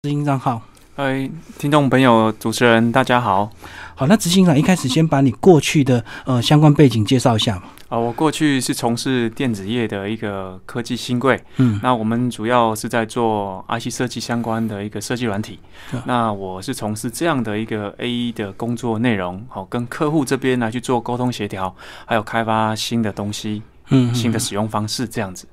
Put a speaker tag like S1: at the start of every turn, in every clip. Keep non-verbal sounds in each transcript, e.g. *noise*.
S1: 执行长好，
S2: 嗨，听众朋友，主持人大家好。
S1: 好，那执行长一开始先把你过去的呃相关背景介绍一下嘛。
S2: 啊、我过去是从事电子业的一个科技新贵，
S1: 嗯，
S2: 那我们主要是在做 IC 设计相关的一个设计软体
S1: 是。
S2: 那我是从事这样的一个 AE 的工作内容，好、跟客户这边来去做沟通协调，还有开发新的东西、
S1: 嗯，
S2: 新的
S1: 嗯
S2: 使用方式这样子。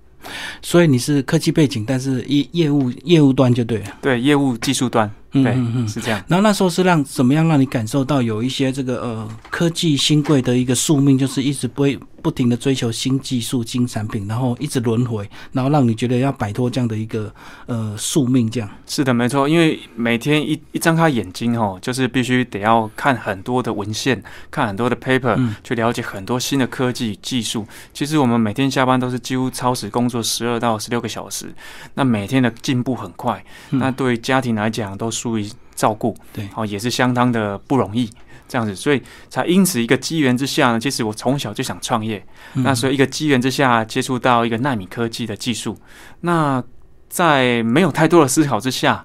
S1: 所以你是科技背景，但是业业务业务端就对了。
S2: 对，业务技术端
S1: 嗯
S2: 对
S1: 嗯嗯。
S2: 是这样。
S1: 然后那时候是让怎么样让你感受到有一些这个呃科技新贵的一个宿命，就是一直不会不停的追求新技术、新产品，然后一直轮回，然后让你觉得要摆脱这样的一个呃宿命，这样。
S2: 是的，没错，因为每天一一张开眼睛哦，就是必须得要看很多的文献，看很多的 paper，、
S1: 嗯
S2: 去了解很多新的科技技术。其实我们每天下班都是几乎超时工作十二到十六个小时，那每天的进步很快，
S1: 嗯
S2: 那对于家庭来讲都疏于照顾，
S1: 对
S2: 哦也是相当的不容易。这样子，所以才因此一个机缘之下呢，其实我从小就想创业，那所
S1: 以
S2: 以一个机缘之下接触到一个纳米科技的技术，那在没有太多的思考之下，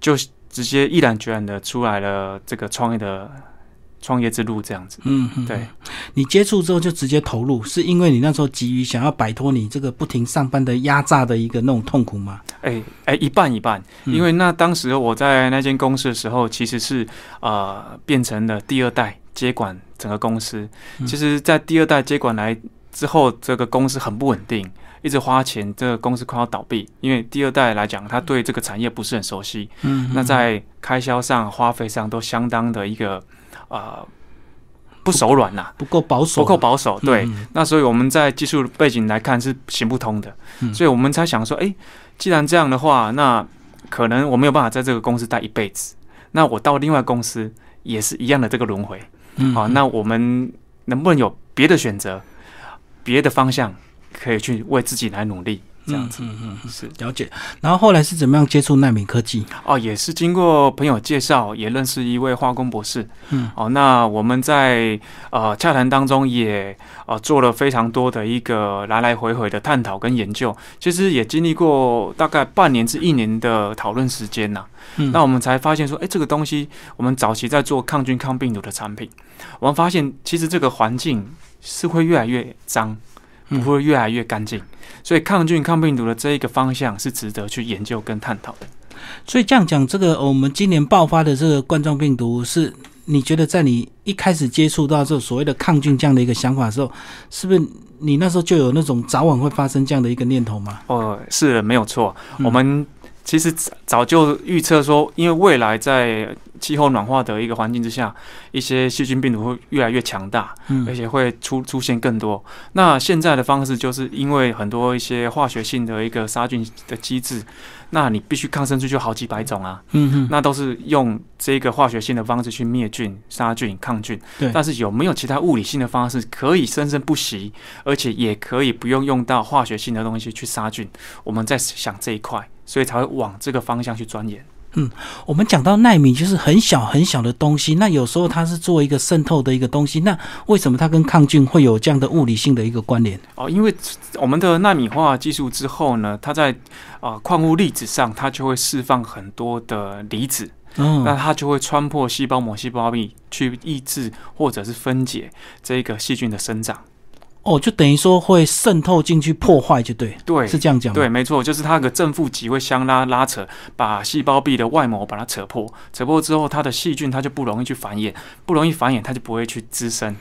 S2: 就直接毅然决然的出来了这个创业的创业之路这样子。
S1: 嗯嗯
S2: 对，
S1: 你接触之后就直接投入，是因为你那时候急于想要摆脱你这个不停上班的压榨的一个那种痛苦吗？
S2: 哎、哎、一半一半，
S1: 嗯
S2: 因为那当时我在那间公司的时候，其实是呃变成了第二代接管整个公司
S1: 嗯。
S2: 其实，在第二代接管来之后，这个公司很不稳定，一直花钱，这个公司快要倒闭。因为第二代来讲，他对这个产业不是很熟悉，
S1: 嗯
S2: 那在开销上、花费上都相当的一个呃不手软呐、
S1: 不够保守，
S2: 不够保守。对，
S1: 嗯，
S2: 那所以我们在技术背景来看是行不通的，
S1: 嗯
S2: 所以我们才想说，诶，既然这样的话，那可能我没有办法在这个公司待一辈子，那我到另外公司也是一样的这个轮回。
S1: 嗯
S2: 好、那我们能不能有别的选择，别的方向可以去为自己来努力？这样子、
S1: 嗯嗯嗯嗯
S2: 是
S1: 了解。然后后来是怎么样接触纳米科技？
S2: 哦，也是经过朋友介绍，也认识一位化工博士。
S1: 嗯，
S2: 哦，那我们在呃洽谈当中也呃做了非常多的一个来来回回的探讨跟研究，其实也经历过大概半年至一年的讨论时间呐、
S1: 嗯
S2: 那我们才发现说，哎，这个东西我们早期在做抗菌抗病毒的产品，我们发现其实这个环境是会越来越脏，不
S1: 嗯
S2: 会越来越干净。所以抗菌抗病毒的这一个方向是值得去研究跟探讨的。
S1: 所以这样讲，这个呃我们今年爆发的这个冠状病毒是。你觉得在你一开始接触到这所谓的抗菌这样的一个想法的时候，是不是你那时候就有那种早晚会发生这样的一个念头吗？
S2: 哦，是的没有错。
S1: 嗯
S2: 我们其实早早就预测说，因为未来在气候暖化的一个环境之下，一些细菌病毒会越来越强大，
S1: 嗯
S2: 而且会出出现更多。那现在的方式就是因为很多一些化学性的一个杀菌的机制，那你必须抗生素就好几百种啊，
S1: 嗯嗯，
S2: 那都是用这个化学性的方式去灭菌、杀菌、抗菌。
S1: 对
S2: 但是有没有其他物理性的方式可以生生不息，而且也可以不用用到化学性的东西去杀菌？我们在想这一块，所以才会往这个方向去钻研。
S1: 我们讲到纳米就是很小很小的东西，那有时候它是做一个渗透的一个东西，那为什么它跟抗菌会有这样的物理性的一个关联？
S2: 哦，因为我们的纳米化技术之后呢，它在啊矿物粒子上，它就会释放很多的离子，那
S1: 嗯
S2: 它就会穿破细胞膜、细胞壁去抑制或者是分解这个细菌的生长。
S1: 哦，就等于说会渗透进去破坏，就对，
S2: 对，
S1: 是这样讲吗。
S2: 对，没错，就是它的正负极会相拉拉扯，把细胞壁的外膜把它扯破，扯破之后，它的细菌它就不容易去繁衍，不容易繁衍，它就不会去滋生，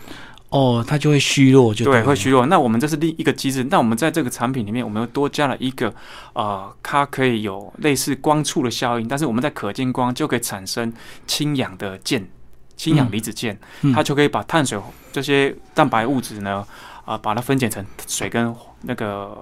S1: 哦，它就会虚弱，就
S2: 对，
S1: 对，
S2: 会。虚弱。那我们这是另一个机制，那我们在这个产品里面，我们又多加了一个，呃，它可以有类似光触的效应，但是我们在可见光就可以产生氢氧的键，氢氧
S1: 嗯
S2: 离子键，
S1: 嗯
S2: 它就可以把碳水这些蛋白物质呢，啊、把它分解成水跟那个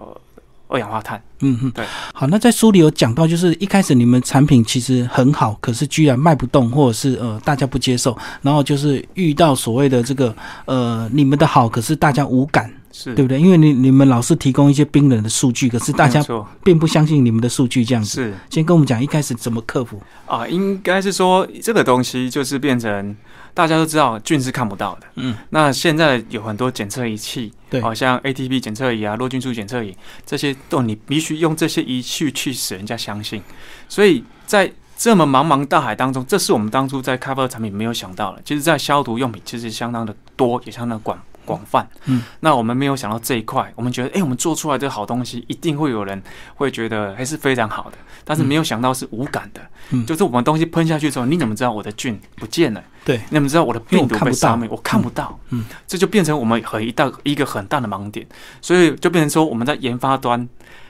S2: 二氧化碳。
S1: 嗯嗯，
S2: 对。
S1: 好，那在书里有讲到，就是一开始你们产品其实很好，可是居然卖不动，或者是呃大家不接受，然后就是遇到所谓的这个呃你们的好，可是大家无感，
S2: 是
S1: 对，不对？因为你你们老是提供一些冰冷的数据，可是大
S2: 没有
S1: 家
S2: 错
S1: 并不相信你们的数据这样子。
S2: 是。
S1: 先跟我们讲一开始怎么克服。
S2: 啊，应该是说这个东西就是变成大家都知道菌是看不到的。
S1: 嗯，
S2: 那现在有很多检测仪器，
S1: 对
S2: 好、哦像 ATP 检测仪啊、落菌素检测仪这些，都你必须用这些仪器去使人家相信。所以在这么茫茫大海当中，这是我们当初在开发的产品没有想到的。其实，在消毒用品其实相当的多，也相当广广泛。
S1: 嗯，
S2: 那我们没有想到这一块，我们觉得，哎、我们做出来这个好东西，一定会有人会觉得还是非常好的。但是没有想到是无感的，
S1: 嗯
S2: 就是我们东西喷下去之后，你怎么知道我的菌不见了？
S1: 对
S2: 你怎么知道我的病毒
S1: 因为我看
S2: 被
S1: 不到
S2: 杀灭？我看不到，
S1: 嗯，
S2: 这就变成我们很一大一个很大的盲点，所以就变成说我们在研发端。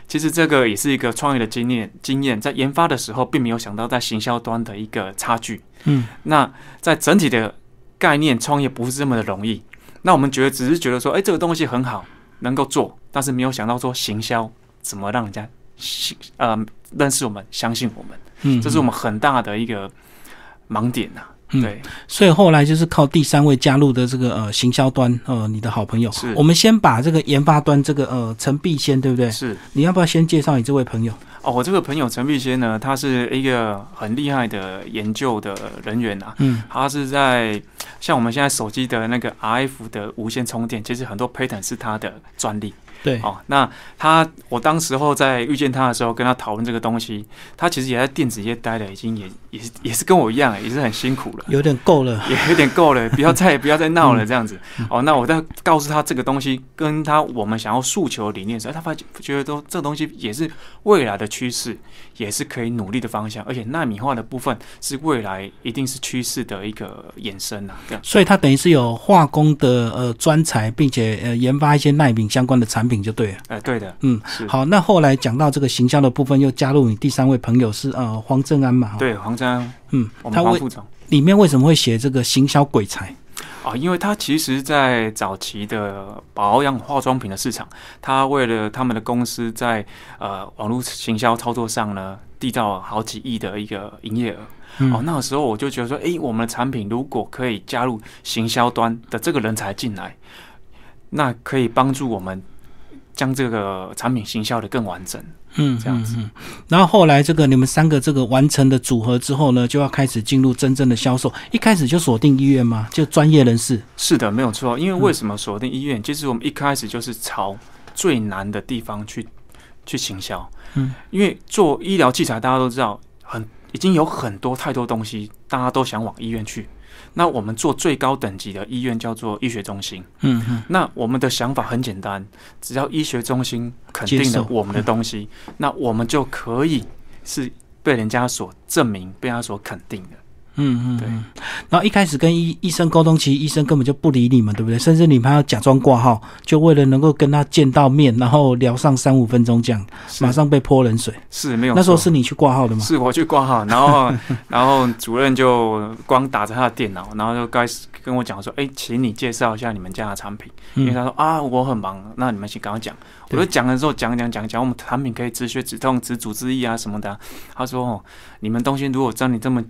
S2: 其实这个也是一个创业的经验，经验在研发的时候并没有想到在行销端的一个差距。
S1: 嗯
S2: 那在整体的概念，创业不是这么的容易。那我们觉得只是觉得说，哎、这个东西很好，能够做，但是没有想到说行销怎么让人家信呃认识我们、相信我们，
S1: 嗯，
S2: 这是我们很大的一个盲点呐、
S1: 嗯
S2: 对，
S1: 所以后来就是靠第三位加入的这个呃行销端，呃，你的好朋友
S2: 是。
S1: 我们先把这个研发端这个呃陈碧仙，对不对？
S2: 是
S1: 你要不要先介绍你这位朋友？
S2: 哦。我这个朋友陈碧仙呢，他是一个很厉害的研究的人员啊。
S1: 嗯
S2: 他是在像我们现在手机的那个 RF 的无线充电，其实很多 patent 是他的专利。
S1: 对，
S2: 哦，那他，我当时候在遇见他的时候，跟他讨论这个东西，他其实也在电子业待了，已经也也是也是跟我一样，也是很辛苦了，
S1: 有点够了。
S2: 也有点
S1: *laughs*
S2: 够了，不要再不要再闹
S1: 嗯
S2: 了这样子。哦，那我再告诉他这个东西跟他我们想要诉求的理念的时候，他发觉觉得都这个东西也是未来的趋势，也是可以努力的方向，而且纳米化的部分是未来一定是趋势的一个衍生啊，这样
S1: 所以他等于是有化工的呃专才，并且呃研发一些耐敏相关的产品就对了。
S2: 呃，对的，
S1: 嗯
S2: 是
S1: 好，那后来讲到这个行销的部分，又加入你第三位朋友是呃黄正安嘛？，
S2: 对，黄章，
S1: 嗯，
S2: 我
S1: 他
S2: 们黄
S1: 为
S2: 副总。
S1: 里面为什么会写这个行销鬼才？
S2: 啊，因为它其实，在早期的保养化妆品的市场，它为了他们的公司在呃网络行销操作上呢，缔造了好几亿的一个营业额。
S1: 嗯
S2: 哦，那个时候我就觉得说，诶，我们的产品如果可以加入行销端的这个人才进来，那可以帮助我们将这个产品行销的更完整。
S1: 嗯，
S2: 这样子
S1: 嗯。嗯然后后来这个你们三个这个完成的组合之后呢，就要开始进入真正的销售。一开始就锁定医院吗？就专业人士。
S2: 是的，没有错。因为
S1: 嗯
S2: 为什么锁定医院？其实我们一开始就是朝最难的地方去去行销。
S1: 嗯，
S2: 因为做医疗器材，大家都知道，很已经有很多太多东西，大家都想往医院去。那我们做最高等级的医院叫做医学中心。
S1: 嗯嗯
S2: 那我们的想法很简单，只要医学中心肯定
S1: 接受
S2: 了
S1: 嗯
S2: 我们的东西，那我们就可以是被人家所证明、被他所肯定的。
S1: 嗯嗯，
S2: 对
S1: 嗯。然后一开始跟医医生沟通，其实医生根本就不理你们，对不对？甚至你们还要假装挂号，就为了能够跟他见到面，然后聊上三五分钟这样，
S2: 是
S1: 马上被泼冷水。
S2: 是没有
S1: 那时候
S2: 错
S1: 是你去挂号的吗？
S2: 是我去挂号，然后 *laughs* 然后主任就光打着他的电脑，然后就开始跟我讲说：“哎、请你介绍一下你们家的产品。因为他说：“啊，我很忙，那你们先赶快讲。”我
S1: 对
S2: 就讲的时候讲讲讲讲，我们产品可以止血、止痛、止组织液啊什么的啊、他说：“哦，你们东西如果照你这么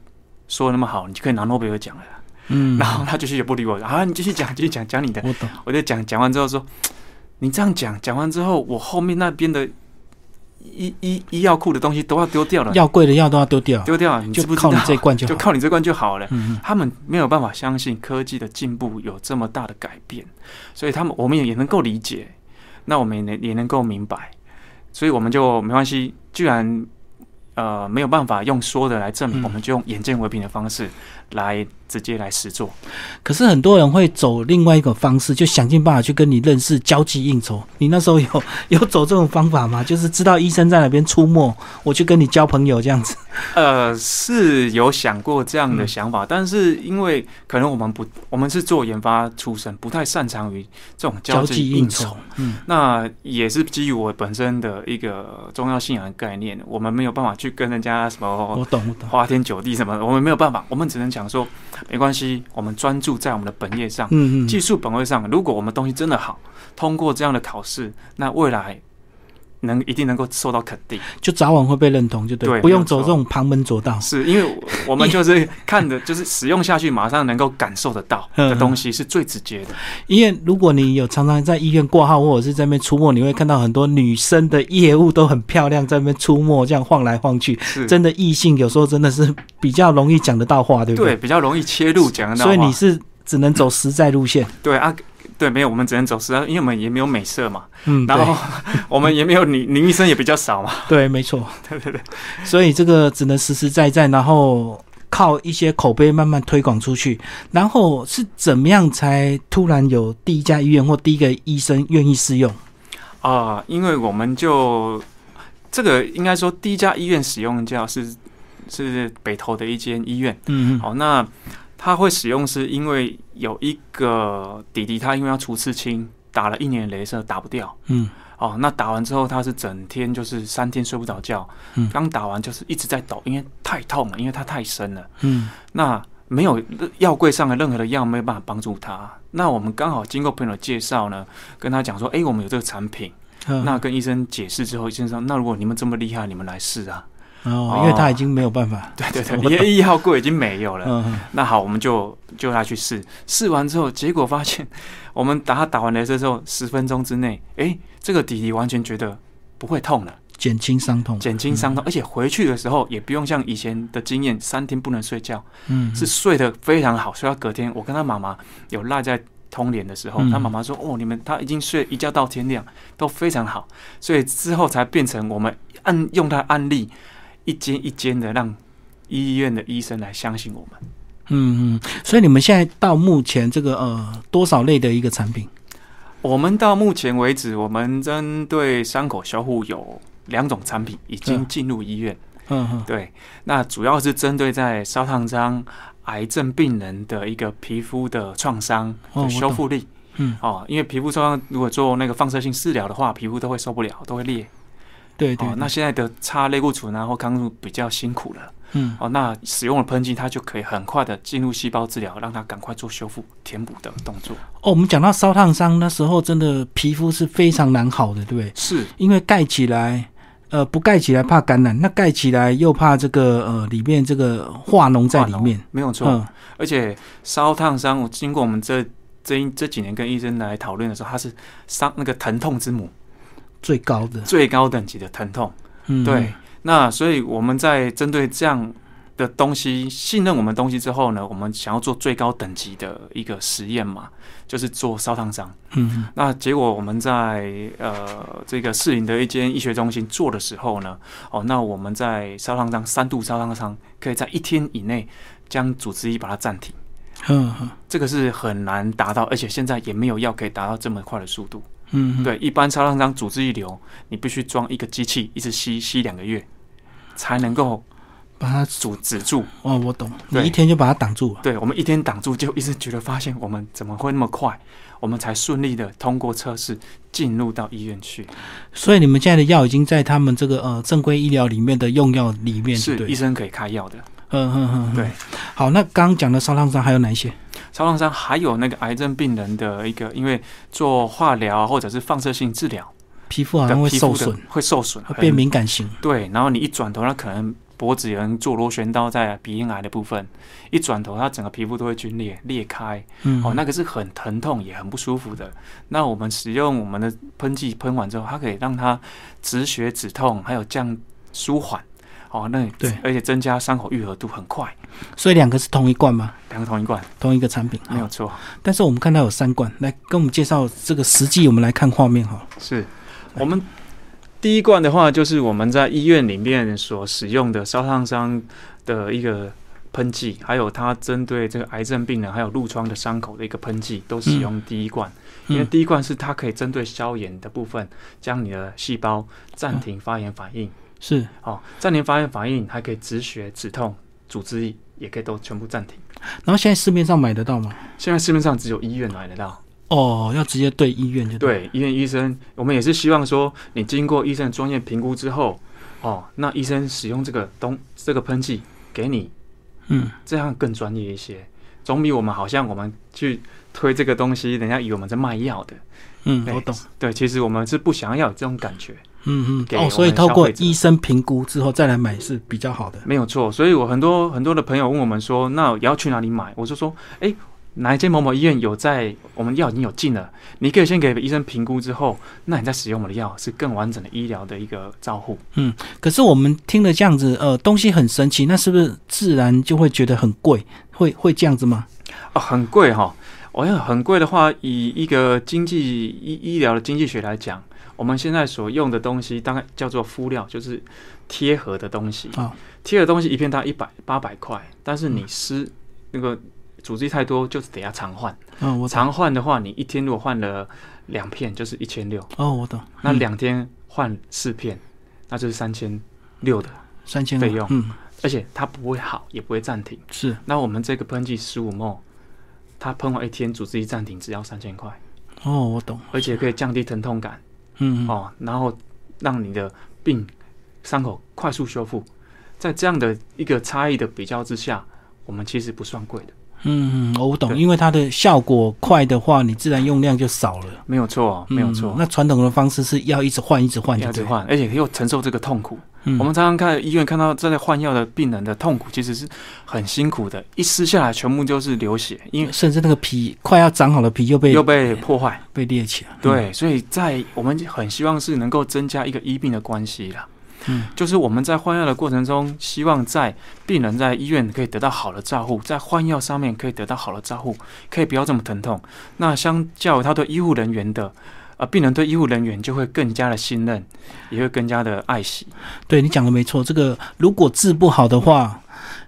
S2: 说的那么好，你就可以拿诺贝尔奖了。”
S1: 嗯，
S2: 然后他就继续不理我，啊，你继续讲，继续讲，讲你的。
S1: 我懂。
S2: 我就讲讲完之后说，你这样讲，讲完之后，我后面那边的医医医药库的东西都要丢掉了。
S1: 药柜的药都要丢掉，
S2: 丢掉，你知
S1: 就
S2: 不知
S1: 靠你
S2: 道
S1: 这一罐就
S2: 就
S1: 好。
S2: 靠你这关就好了。
S1: 嗯嗯
S2: 他们没有办法相信科技的进步有这么大的改变，所以他们我们也也能够理解，那我们也能也能够明白，所以我们就没关系。居然呃没有办法用说的来证明，
S1: 嗯
S2: 我们就用眼见为凭的方式来直接来实做。
S1: 可是很多人会走另外一个方式，就想尽办法去跟你认识、交际应酬。你那时候有 *laughs* 有走这种方法吗？就是知道医生在哪边出没，我去跟你交朋友这样子。
S2: 呃，是有想过这样的想法，但是因为可能我们不，我们是做研发出身，不太擅长于这种交
S1: 际
S2: 际
S1: 应
S2: 应酬。，
S1: 嗯
S2: 那也是基于我本身的一个重要信仰的概念，我们没有办法去跟人家什么
S1: 嗯我懂，我懂。
S2: 花天酒地什么的，我们没有办法，我们只能讲说没关系，我们专注在我们的本业上，
S1: 嗯嗯，
S2: 技术本位上。如果我们东西真的好，通过这样的考试，那未来能一定能够受到肯定。
S1: 就早晚会被认同，就对了，
S2: 对
S1: 不
S2: 没
S1: 用
S2: 有错
S1: 走这种旁门左道。
S2: 是因为我我们
S1: *laughs*
S2: 就是看的，就是使用下去马上能够感受得到的东西是最直接的。
S1: 因为如果你有常常在医院挂号，或者是在那边出没，你会看到很多女生的业务都很漂亮，在那边出没，这样晃来晃去。
S2: 是
S1: 真的异性有时候真的是比较容易讲得到话，对不
S2: 啊对，比较容易切入讲得到
S1: 所以
S2: 话
S1: 你是只能走实在路线。
S2: 对啊，对，没有，我们只能走时尚，因为我们也没有美色嘛，
S1: 嗯，
S2: *laughs* 然后我们也没有女女医生也比较少嘛，
S1: 对对，没错， *laughs* 对对对，所以这个只能实实在在，然后靠一些口碑慢慢推广出去。然后是怎么样才突然有第一家医院或第一个医生愿意试用？
S2: 啊、因为我们就这个应该说第一家医院使用叫是是北投的一间医院，
S1: 嗯嗯，
S2: 好，那他会使用是因为有一个弟弟，他因为要除刺青，打了一年镭射打不掉。
S1: 嗯
S2: 哦，那打完之后他是整天就是三天睡不着觉
S1: 嗯，
S2: 刚、打完就是一直在抖，因为太痛了，因为它太深了。
S1: 嗯
S2: 那没有药柜上的任何的药没有办法帮助他。那我们刚好经过朋友的介绍呢，跟他讲说，诶，我们有这个产品。
S1: 嗯，
S2: 那跟医生解释之后，医生说，那如果你们这么厉害，你们来
S1: *laughs*
S2: 试啊。
S1: 哦，因为他已经没有办法，
S2: 对对对，
S1: 我懂
S2: 因为药柜已经没有了。
S1: 嗯
S2: 那好，我们就就他去试，试完之后，结果发现我们打他打完镭射之后，十分钟之内，诶，这个弟弟完全觉得不会痛了，
S1: 减轻伤痛，
S2: 减轻
S1: 嗯
S2: 伤痛，而且回去的时候也不用像以前的经验，三天不能睡觉，
S1: 嗯，
S2: 是睡得非常好，睡到隔天，我跟他妈妈有赖在。通联的时候，
S1: 嗯
S2: 他妈妈说：“哦，你们他已经睡一觉到天亮，都非常好，所以之后才变成我们按用他的案例，一间一间的让医院的医生来相信我们。”
S1: 嗯嗯，所以你们现在到目前这个呃多少类的一个产品？
S2: 我们到目前为止，我们针对伤口修护有两种产品已经
S1: 嗯
S2: 进入医院。
S1: 嗯嗯
S2: 对，那主要是针对在烧烫伤、癌症病人的一个皮肤的创伤
S1: 哦我
S2: 的修
S1: 懂
S2: 复力
S1: 嗯，
S2: 哦因为皮肤创伤如果做那个放射性治疗的话，皮肤都会受不了，都会裂。
S1: 对对
S2: 哦，，那现在的擦类固醇啊或康复比较辛苦了。
S1: 嗯
S2: 哦，那使用了喷剂，它就可以很快的进入细胞治疗，让它赶快做修复、填补的动作。
S1: 哦，我们讲到烧烫伤那时候，真的皮肤是非常难好的，对不对？
S2: 是，
S1: 因为盖起来，呃，不盖起来怕感染，那盖起来又怕这个呃里面这个化脓在里面。
S2: 没有错。
S1: 嗯
S2: 而且烧烫伤，我经过我们这这一这几年跟医生来讨论的时候，它是伤那个疼痛之母，
S1: 最高的，
S2: 最高等级的疼痛。
S1: 嗯，
S2: 对，那所以我们在针对这样的东西，信任我们东西之后呢，我们想要做最高等级的一个实验嘛，就是做烧烫伤。
S1: 嗯，
S2: 那结果我们在呃这个士林的一间医学中心做的时候呢，哦，那我们在烧烫伤三度烧烫伤，可以在一天以内将组织一把它暂停。
S1: 嗯嗯
S2: 这个是很难达到，而且现在也没有药可以达到这么快的速度。
S1: 嗯，
S2: 对，一般烧烫伤组织一流，你必须装一个机器，一直吸吸两个月，才能够
S1: 把它
S2: 阻止住。
S1: 哦，我懂，你
S2: 对
S1: 一天就把它挡住了。
S2: 对我们一天挡住，就一直觉得发现我们怎么会那么快，我们才顺利的通过测试进入到医院去。
S1: 所以你们现在的药已经在他们这个呃正规医疗里面的用药里面，
S2: 是
S1: 对
S2: 医，生可以开药的。
S1: 嗯嗯嗯，嗯
S2: 对。
S1: 好，那刚刚讲的烧烫伤还有哪一些？
S2: 烧烫伤还有那个癌症病人的一个，因为做化疗啊或者是放射性治疗
S1: 皮肤好
S2: 的
S1: 啊像会
S2: 皮肤
S1: 受
S2: 的
S1: 损，
S2: 会受损，
S1: 会
S2: 很
S1: 变敏感型。
S2: 对，然后你一转头，他可能脖子有人做螺旋刀在鼻咽癌的部分，一转头，他整个皮肤都会皲裂裂开，
S1: 嗯，
S2: 哦，那个是很疼痛也很不舒服的。那我们使用我们的喷剂喷完之后，它可以让它止血止痛，还有降舒缓，哦，那你
S1: 对
S2: 而且增加伤口愈合度很快，
S1: 所以两个是同一罐吗？
S2: 两个同一罐，
S1: 同一个产品？
S2: 没有错，
S1: 但是我们看到有三罐，来跟我们介绍这个实际，我们来看画面哈。
S2: 是我们。第一罐的话，就是我们在医院里面所使用的烧烫伤的一个喷剂，还有它针对这个癌症病人还有褥疮的伤口的一个喷剂，都使用第一罐。因为
S1: 嗯
S2: 第一罐是它可以针对消炎的部分，将你的细胞暂停发炎反应，
S1: 是，
S2: 哦，暂停发炎反应还可以止血、止痛、组织液也可以都全部暂停。
S1: 然后现在市面上买得到吗？
S2: 现在市面上只有医院买得到。
S1: 哦，要直接对医院就了。
S2: *laughs* 对，医院医生，我们也是希望说，你经过医生的专业评估之后，哦，那医生使用这个东这个喷剂给你，
S1: 嗯，
S2: 这样更专业一些，总比我们好像我们去推这个东西，人家以为我们在卖药的。
S1: 嗯，
S2: 对
S1: 我懂。
S2: 对，其实我们是不想要有这种感觉，
S1: 嗯
S2: 给
S1: 嗯，哦，
S2: 我们
S1: 所以透
S2: 消
S1: 过
S2: 费者
S1: 医生评估之后再来买是比较好的。
S2: 没有错。所以我很多很多的朋友问我们说，那要去哪里买？我就说，诶，哪一间某某医院有在我们药已经有进了，你可以先给医生评估之后，那你再使用我们的药，是更完整的医疗的一个照护。
S1: 可是我们听了这样子，呃，东西很神奇，那是不是自然就会觉得很贵？会会这样子吗？
S2: 哦啊，很贵哈、哦，要很贵的话，以一个经济医医疗的经济学来讲，我们现在所用的东西大概叫做敷料，就是贴合的东西。
S1: 啊，
S2: 贴合的东西一片大概一百八百块，但是你湿、那个组织太多，就是得要常换。
S1: 嗯，我
S2: 常换的话，你一天如果换了两片，就是一千六；
S1: 哦，我懂，
S2: 那两天换四片，那就是三千六的，
S1: 三千
S2: 费用
S1: 嗯，
S2: 而且它不会好，也不会暂停。
S1: 是
S2: 那我们这个喷剂十五 ml，它喷完一天主治医暂停只要三千块，
S1: 哦，我懂，
S2: 而且可以降低疼痛感
S1: 嗯，嗯，
S2: 哦，然后让你的病伤口快速修复。在这样的一个差异的比较之下，我们其实不算贵的，
S1: 嗯，嗯我懂，
S2: 对
S1: 因为它的效果快的话，你自然用量就少了，
S2: 没有错，没有
S1: 嗯
S2: 错。
S1: 那传统的方式是要一直换，一直换，
S2: 要去，换，而且又承受这个痛苦。
S1: 嗯，
S2: 我们常常看医院看到正在换药的病人的痛苦，其实是很辛苦的，一撕下来全部就是流血，因为
S1: 甚至那个皮快要长好的皮又被
S2: 又被破坏。
S1: 被裂起来，嗯
S2: 对，所以在我们很希望是能够增加一个医病的关系啦。
S1: 嗯，
S2: 就是我们在换药的过程中，希望在病人在医院可以得到好的照护，在换药上面可以得到好的照护，可以不要这么疼痛。那相较于他对医护人员的，呃，病人对医护人员就会更加的信任，也会更加的爱惜。
S1: 对你讲的没错，这个如果治不好的话，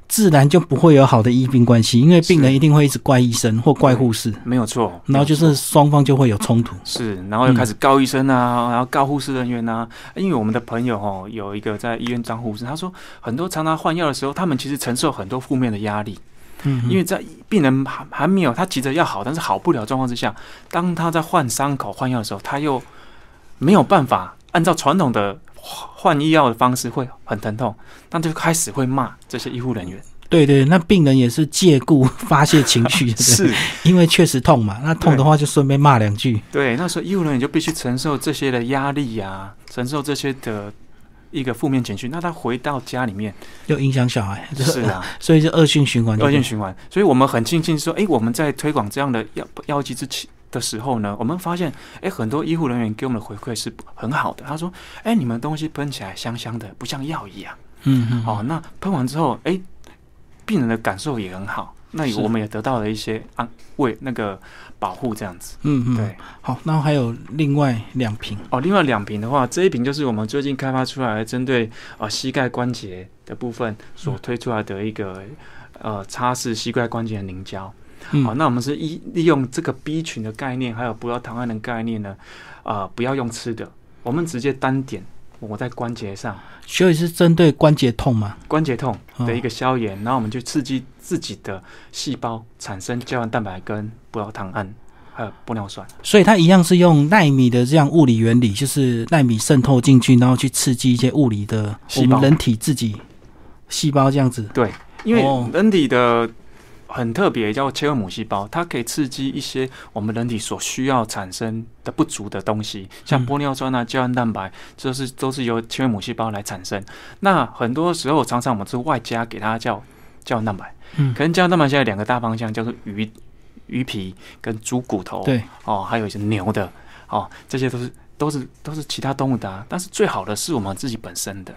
S1: 自然就不会有好的医病关系，因为病人
S2: 是
S1: 一定会一直怪医生或怪护士，
S2: 没有错。
S1: 然后就
S2: 没有
S1: 是
S2: 错
S1: 双方就会有冲突。
S2: 是，然后又开始告医生啊，然后告护士人员啊。因为我们的朋友哦，有一个在医院当护士，他说很多常常换药的时候，他们其实承受很多负面的压力。
S1: 嗯，
S2: 因为在病人还还没有他急着要好，但是好不了的状况之下，当他在换伤口、换药的时候，他又没有办法按照传统的换医药的方式，会很疼痛，那就开始会骂这些医护人员。
S1: 对对，那病人也是借故 *laughs* 发泄情绪，对
S2: 是
S1: 因为确实痛嘛，那痛的话就顺便骂两句。
S2: 对，那时候医护人员就必须承受这些的压力呀、承受这些的一个负面情绪。那他回到家
S1: *laughs*
S2: 里面，
S1: 又影响小孩，就是
S2: 啊，
S1: *laughs* 所以就恶性循环。
S2: 恶性循环。所以我们很庆幸说，诶，我们在推广这样的药药剂之前的时候呢，我们发现，诶，很多医护人员给我们的回馈是很好的。他说，诶，你们东西喷起来香香的，不像药一样。
S1: 嗯嗯，
S2: 哦，那喷完之后，诶，病人的感受也很好。那
S1: 是
S2: 我们也得到了一些安慰，那个保护这样子。
S1: 嗯嗯，
S2: 对，，
S1: 好，那还有另外两瓶，
S2: 哦，另外两瓶的话，这一瓶就是我们最近开发出来针对呃膝盖关节的部分所推出来的一个呃擦拭膝盖关节的凝胶。
S1: 嗯，
S2: 好，那我们是一利用这个 B 群的概念，还有不要糖胺的概念呢，呃，不要用吃的，我们直接单点抹在关节上，
S1: 所以是针对关节痛嘛？
S2: 关节痛
S1: 哦
S2: 的一个消炎，然后我们就刺激自己的细胞产生胶原蛋白跟不要糖胺，还有玻尿酸。
S1: 所以它一样是用纳米的这样物理原理，就是纳米渗透进去，然后去刺激一些物理的
S2: 细
S1: 我
S2: 胞
S1: 们人体自己细胞这样子。
S2: 因为
S1: 哦
S2: 人体的很特别，叫切尔姆细胞，它可以刺激一些我们人体所需要产生的不足的东西，像
S1: 嗯
S2: 玻尿酸啊、胶原蛋白，这是都是由切尔姆细胞来产生。那很多时候，常常我们是外加给它叫胶原蛋白，
S1: 嗯
S2: 可能胶原蛋白现在两个大方向叫做鱼鱼皮跟猪骨头，
S1: 对，
S2: 哦，还有一些牛的，哦，这些都是。都是都是其他动物的、啊，但是最好的是我们自己本身的，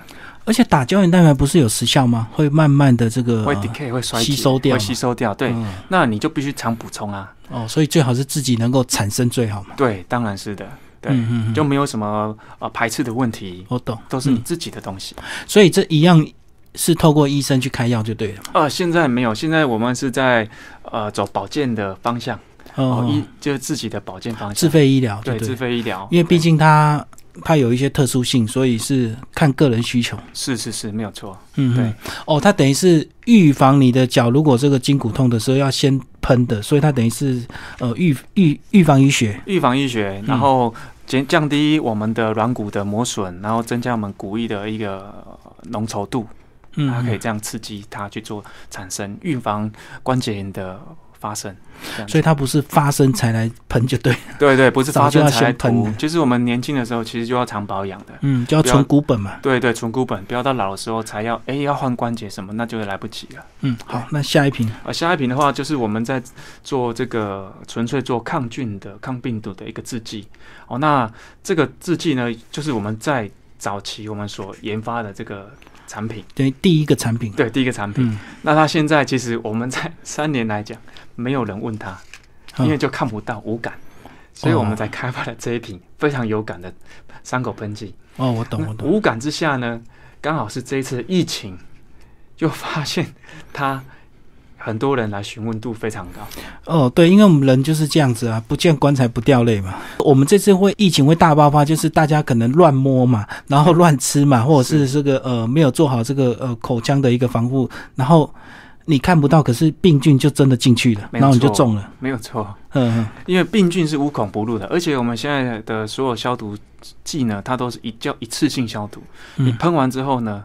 S1: 而且打胶原蛋白不是有时效吗？会慢慢的这个
S2: 会 decay 会衰
S1: 啊
S2: 竭，
S1: 吸收掉
S2: 会
S1: 嘛
S2: 吸收掉。对，
S1: 嗯
S2: 那你就必须常补充啊。
S1: 哦，所以最好是自己能够产生最好嘛。
S2: 对，当然是的，对，
S1: 嗯嗯嗯
S2: 就没有什么呃排斥的问题，
S1: 我懂，
S2: 都是你
S1: 嗯
S2: 自己的东西。
S1: 所以这一样是透过医生去开药就对了嘛。
S2: 呃，现在没有，现在我们是在呃走保健的方向，哦，
S1: 哦
S2: 医，就是自己的保健方
S1: 自
S2: 向，
S1: 费医疗就
S2: 对，自
S1: 对，
S2: 费医疗，
S1: 因为毕
S2: 对
S1: 竟它它有一些特殊性，所以是看个人需求。
S2: 是是是没有错，
S1: 嗯，
S2: 对
S1: 对，哦，它等于是预防你的脚，如果这个筋骨痛的时候要先喷的，所以它等于是呃预预预防淤血。
S2: 预防医学，
S1: 嗯
S2: 然后减降低我们的软骨的磨损，然后增加我们骨液的一个呃浓稠度，
S1: 嗯，
S2: 它可以
S1: 嗯，
S2: 这样刺激它去做产生预防关节炎的发生。这样子
S1: 所以它不是发生才来喷就对，
S2: *laughs* 对对，不是
S1: 早
S2: 发
S1: 就
S2: 生
S1: 要
S2: 才来
S1: 先喷
S2: 涂
S1: 的，
S2: 就是我们年轻的时候其实就要常保养的。
S1: 嗯，就要
S2: 不要
S1: 存股本嘛。
S2: 对对，存股本，不要到老的时候才要，哎，要换关节什么，那就来不及了。
S1: 嗯，好，那下一瓶，
S2: 而下一瓶的话，就是我们在做这个纯粹做抗菌的、抗病毒的一个制剂。哦，那这个制剂呢，就是我们在早期我们所研发的这个产品，
S1: 等于第一个产品。
S2: 对，第一个产品。
S1: 嗯，
S2: 那它现在其实我们在三年来讲，没有人问它，
S1: 嗯
S2: 因为就看不到无感，所以我们才开发了这一瓶非常有感的伤口喷剂。
S1: 哦，我懂，我
S2: 那
S1: 懂。
S2: 无感之下呢，刚好是这一次的疫情，就发现它很多人来询问度非常高。
S1: 哦，对，因为我们人就是这样子啊，不见棺材不掉泪嘛。我们这次会疫情会大爆发，就是大家可能乱摸嘛，然
S2: 嗯
S1: 后乱吃嘛，或者是这个呃没有做好这个呃口腔的一个防护，然后你看不到，可是病菌就真的进去了，
S2: 没
S1: 然后你就
S2: 错
S1: 中了。
S2: 没有错，
S1: 嗯，嗯
S2: 因为病菌是无孔不入的，而且我们现在的所有消毒剂呢，它都是一叫一次性消毒，
S1: 嗯
S2: 你喷完之后呢，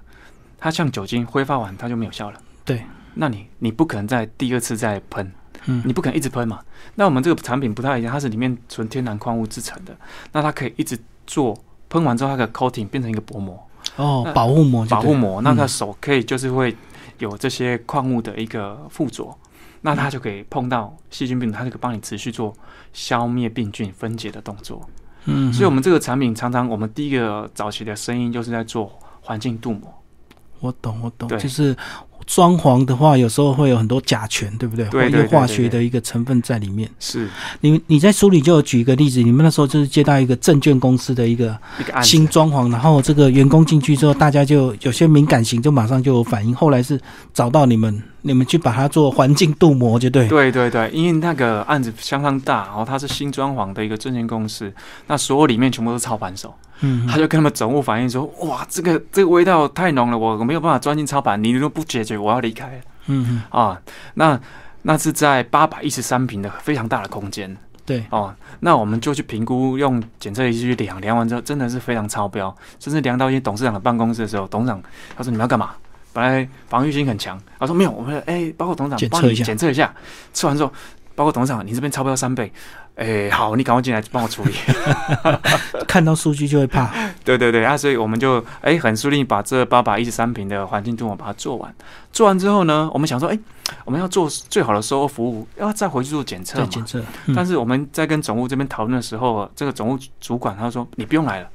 S2: 它像酒精挥发完它就没有效了。
S1: 对，
S2: 那你你不可能再第二次再喷，
S1: 嗯
S2: 你不可能一直喷嘛。那我们这个产品不太一样，它是里面纯天然矿物制成的，那它可以一直做喷完之后，它的 coating 变成一个薄膜，
S1: 哦
S2: 那，
S1: 保护膜就
S2: 呃保
S1: 对
S2: 护
S1: 了
S2: 膜，那它
S1: 嗯
S2: 手可以就是会有这些矿物的一个附着，那它就可以碰到细菌病毒，它就可以帮你持续做消灭病菌分解的动作。
S1: 嗯，
S2: 所以，我
S1: 们
S2: 们这个产品常常我们第一个早期的声音就是在做环境镀膜，
S1: 嗯我懂，我懂，
S2: 对
S1: 就是装潢的话，有时候会有很多甲醛，对不对？
S2: 对
S1: 或一
S2: 对
S1: 些
S2: 对
S1: 化
S2: 对
S1: 学
S2: 对
S1: 的一个成分在里面。
S2: 是
S1: 你你在书里就有举一个例子，你们那时候就是接到一个证券公司的一个
S2: 一个案子
S1: 新。装潢，然后这个员工进去之后，大家就有些敏感型就马上就有反应，后来是找到你们，你们去把它做环境镀膜，就对。
S2: 对对对，因为那个案子相当大，然后它是新装潢的一个证券公司，那所有里面全部都是操盘手，
S1: 嗯
S2: 他就跟他们总务反映说：“哇，这个这个味道太浓了，我我没有办法钻进操盘，你如果不解决，我要离开了
S1: 嗯嗯，
S2: 啊。那”那是在八百一十三平的非常大的空间
S1: 对，
S2: 哦，那我们就去评估，用检测仪器去量，量完之后真的是非常超标，甚至量到一些董事长的办公室的时候，董事长他说你们要干嘛？本来防御心很强，他说没有，我们哎、包括董事长
S1: 检测
S2: 帮你
S1: 一下
S2: 检测一下，吃完之后，包括董事长你这边超标三倍，哎、好，你赶快进来帮我处理。 *laughs*
S1: 看到数据就会怕。
S2: 对对对啊，所以我们就哎、很顺利把这八百一十三平的环境镀膜把它做完。做完之后呢，我们想说哎、我们要做最好的售后服务，要再回去做检测
S1: 对
S2: 嘛，
S1: 检测，
S2: *laughs* 但
S1: 是
S2: 是我们在跟总务这边讨论的时候，这个总务主管他就说：“你不用来了，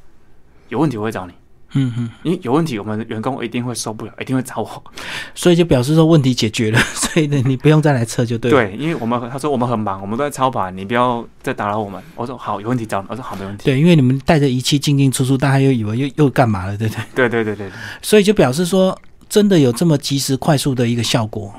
S2: 有问题我会找你，
S1: 嗯嗯，
S2: 因为有问题我们员工一定会受不了，一定会找我。
S1: 所以就表示说问题解决了，所以呢你不用再来测就对了。
S2: 对，因为我们他说我们很忙，我们都在操盘，你不要再打扰我们。我说好，有问题找你。我说好，没问题。
S1: 对，因为你们带着仪器进进出出，大家又以为又又干嘛了，对不对？
S2: 对对对对对，
S1: 所以就表示说，真的有这么及时快速的一个效果。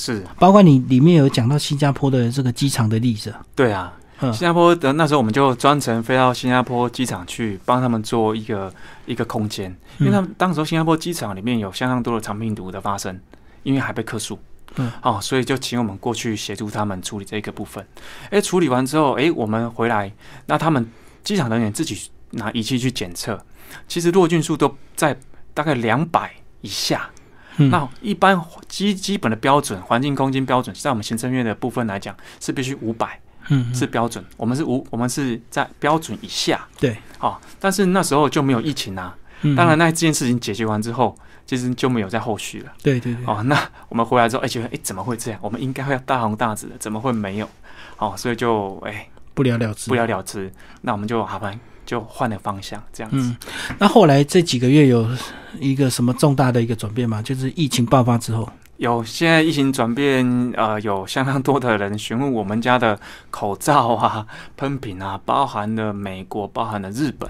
S2: 是，
S1: 包括你里面有讲到新加坡的这个机场的例子，
S2: 对啊。
S1: 嗯
S2: 新加坡的那时候我们就专程飞到新加坡机场去帮他们做一个一个空间，
S1: 嗯
S2: 因为他们当时候新加坡机场里面有相当多的肠病毒的发生，因为还被克数，
S1: 嗯，
S2: 哦，所以就请我们过去协助他们处理这个部分。哎，处理完之后，哎，我们回来，那他们机场人员自己拿仪器去检测，其实落菌数都在大概两百以下。
S1: 嗯
S2: 那一般基基本的标准，环境空间标准，在我们行政院的部分来讲是必须五百。
S1: 嗯
S2: 是标准，我们是无，我们是在标准以下。
S1: 对，
S2: 好、但是那时候就没有疫情啊。
S1: 嗯
S2: 当然，那这件事情解决完之后，其实就没有在后续了。
S1: 对对对，
S2: 哦，那我们回来之后，哎、觉得哎、怎么会这样？我们应该会要大红大紫的，怎么会没有？哦，所以就哎、
S1: 不了了之，
S2: 不了了之。那我们就好吧，就换了方向，这样子。
S1: 嗯，那后来这几个月有一个什么重大的一个转变吗？就是疫情爆发之
S2: 哦
S1: 后，
S2: 有现在疫情转变，呃，有相当多的人询问我们家的口罩啊、 *laughs* 喷品啊，包含了美国、包含了日本，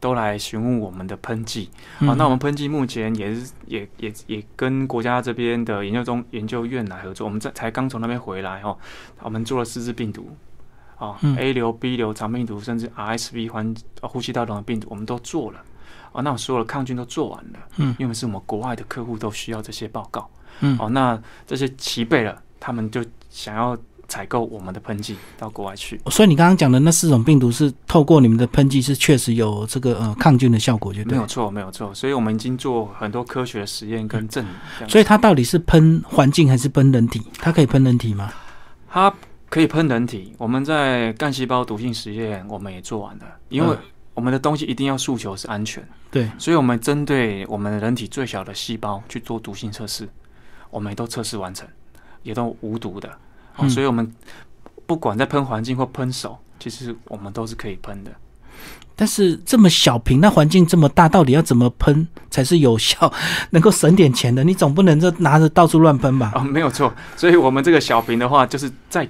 S2: 都来询问我们的喷剂。
S1: 嗯
S2: 啊，那我们喷剂目前也是也也也跟国家这边的研究中研究院来合作，我们在才刚从那边回来哦，我们做了四支病毒，啊、
S1: 嗯
S2: a 流、B 流、肠病毒，甚至 RSV 环呃呼吸道的病毒，我们都做了。啊，那我所有的抗菌都做完了，
S1: 嗯
S2: 因为是我们国外的客户都需要这些报告，
S1: 嗯
S2: 哦，那这些齐备了，他们就想要采购我们的喷剂到国外去，
S1: 所以你刚刚讲的那四种病毒是透过你们的喷剂是确实有这个呃抗菌的效果，就
S2: 没
S1: 对
S2: 有。错，没有错，所以我们已经做很多科学的实验跟证明，这样子
S1: 所以它到底是喷环境还是喷人体？它可以喷人体吗？
S2: 它可以喷人体。我们在干细胞毒性实验我们也做完了，因为
S1: 嗯
S2: 我们的东西一定要诉求是安全，
S1: 对，
S2: 所以我们针对我们人体最小的细胞去做毒性测试，我们也都测试完成，也都无毒的。哦
S1: 嗯
S2: 所以我们不管在喷环境或喷手，其实我们都是可以喷的。
S1: 但是这么小瓶，那环境这么大，到底要怎么喷才是有效， *laughs* 能够省点钱的？
S2: 哦
S1: 你总不能就拿着到处乱喷吧？
S2: 哦，没有错。所以我们这个小瓶的话，就是在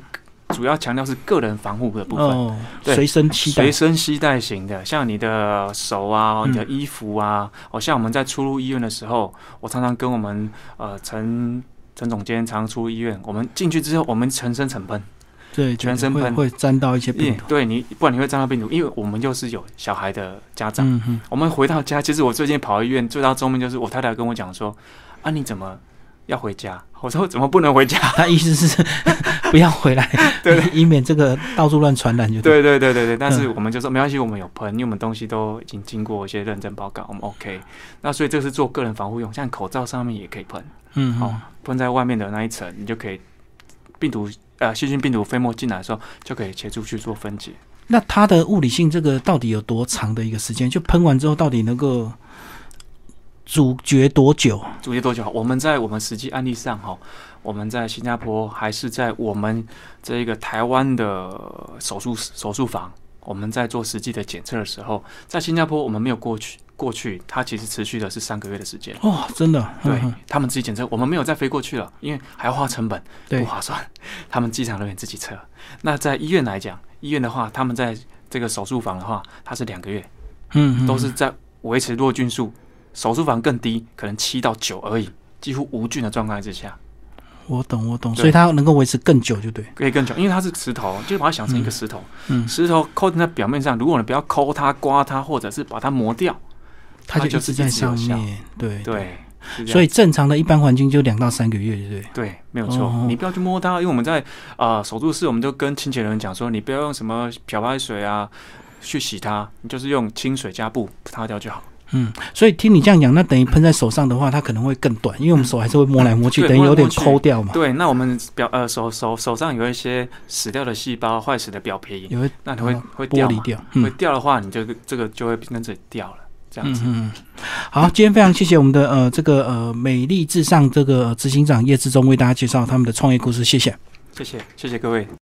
S2: 主要强调是个人防护的部分，
S1: 哦，
S2: 对
S1: 随身携带
S2: 随，身携带型的，像你的手啊、
S1: 嗯
S2: 你的衣服啊，哦，像我们在出入医院的时候，我常常跟我们呃陈陈总监常出入医院，我们进去之后，我们全身成喷，
S1: 对，
S2: 全
S1: 对
S2: 身
S1: 会
S2: 喷
S1: 会沾到一些病
S2: 因
S1: 毒。
S2: 对你，不然你会沾到病毒，因为我们又是有小孩的家长。
S1: 嗯嗯，
S2: 我们回到家，其实我最近跑医院，最大中面就是我太太跟我讲说，啊，你怎么要回家？我说怎么不能回家？
S1: 他意思
S2: *laughs*
S1: 是不要回来，
S2: 对
S1: 以免这个到处乱传染就。
S2: *laughs* 对对对对对，但是我们就说没关系，我们有喷，因为我们东西都已经经过一些认证报告，我们 OK。那所以这是做个人防护用，像口罩上面也可以喷，
S1: 嗯，
S2: 哦
S1: 嗯，
S2: 喷在外面的那一层，你就可以病毒呃细菌病毒飞沫进来的时候，就可以协助去做分解。
S1: 那它的物理性这个到底有多长的一个时间？就喷完之后到底能够阻绝多久？
S2: 主题多久？我们在我们实际案例上哈，我们在新加坡还是在我们这个台湾的手术手术房，我们在做实际的检测的时候，在新加坡我们没有过去过去，它其实持续的是三个月的时间。
S1: 哦，真的，
S2: *laughs* 对
S1: 嗯
S2: 他们自己检测，我们没有再飞过去了，因为还要花成本，
S1: 对
S2: 不划算。 *laughs* 他们机场人员自己测。那在医院来讲，医院的话，他们在这个手术房的话，它是两个月，
S1: 嗯，嗯
S2: 都是在维持弱菌数，手术房更低，可能七到九而已，几乎无菌的状态之下，
S1: 我懂，我懂，
S2: 对
S1: 所以它能够维持更久，就对。
S2: 可以更久，因为它是石头，就把它想成一个石头，
S1: 嗯，
S2: 石头抠在表面上，如果你不要抠它、刮它，或者是把它磨掉，
S1: 它
S2: 它
S1: 就
S2: 就
S1: 一直
S2: 是
S1: 在
S2: 一直有
S1: 上
S2: 效
S1: 面，对。
S2: 对，是这样
S1: 所以正常的一般环境就两到三个月，对不对？
S2: 对，没有错，
S1: 哦
S2: 你不要去摸它，因为我们在啊手术室，我们都跟清洁人员讲说，你不要用什么漂白水啊去洗它，你就是用清水加布擦掉就好。
S1: 嗯，所以听你这样讲，那等于喷在手上的话，它可能会更短，因为我们手还是会摸来摸去，
S2: 对
S1: 等于有点
S2: 摸来摸去
S1: 抠掉嘛，
S2: 对，那我们表呃手手手上有一些死掉的细胞、坏死的表皮，
S1: 也会
S2: 那你会、
S1: 嗯
S2: 会
S1: 剥
S2: 掉
S1: 离
S2: 嘛？
S1: 掉。
S2: 会
S1: 嗯
S2: 掉的话，你就这个就会跟着掉了，这样
S1: 嗯
S2: 子。
S1: 嗯，嗯好，今天非常谢谢我们的呃这个呃美丽至上这个呃执行长叶志忠为大家介绍他们的创业故事，谢谢。
S2: 谢谢，谢谢各位。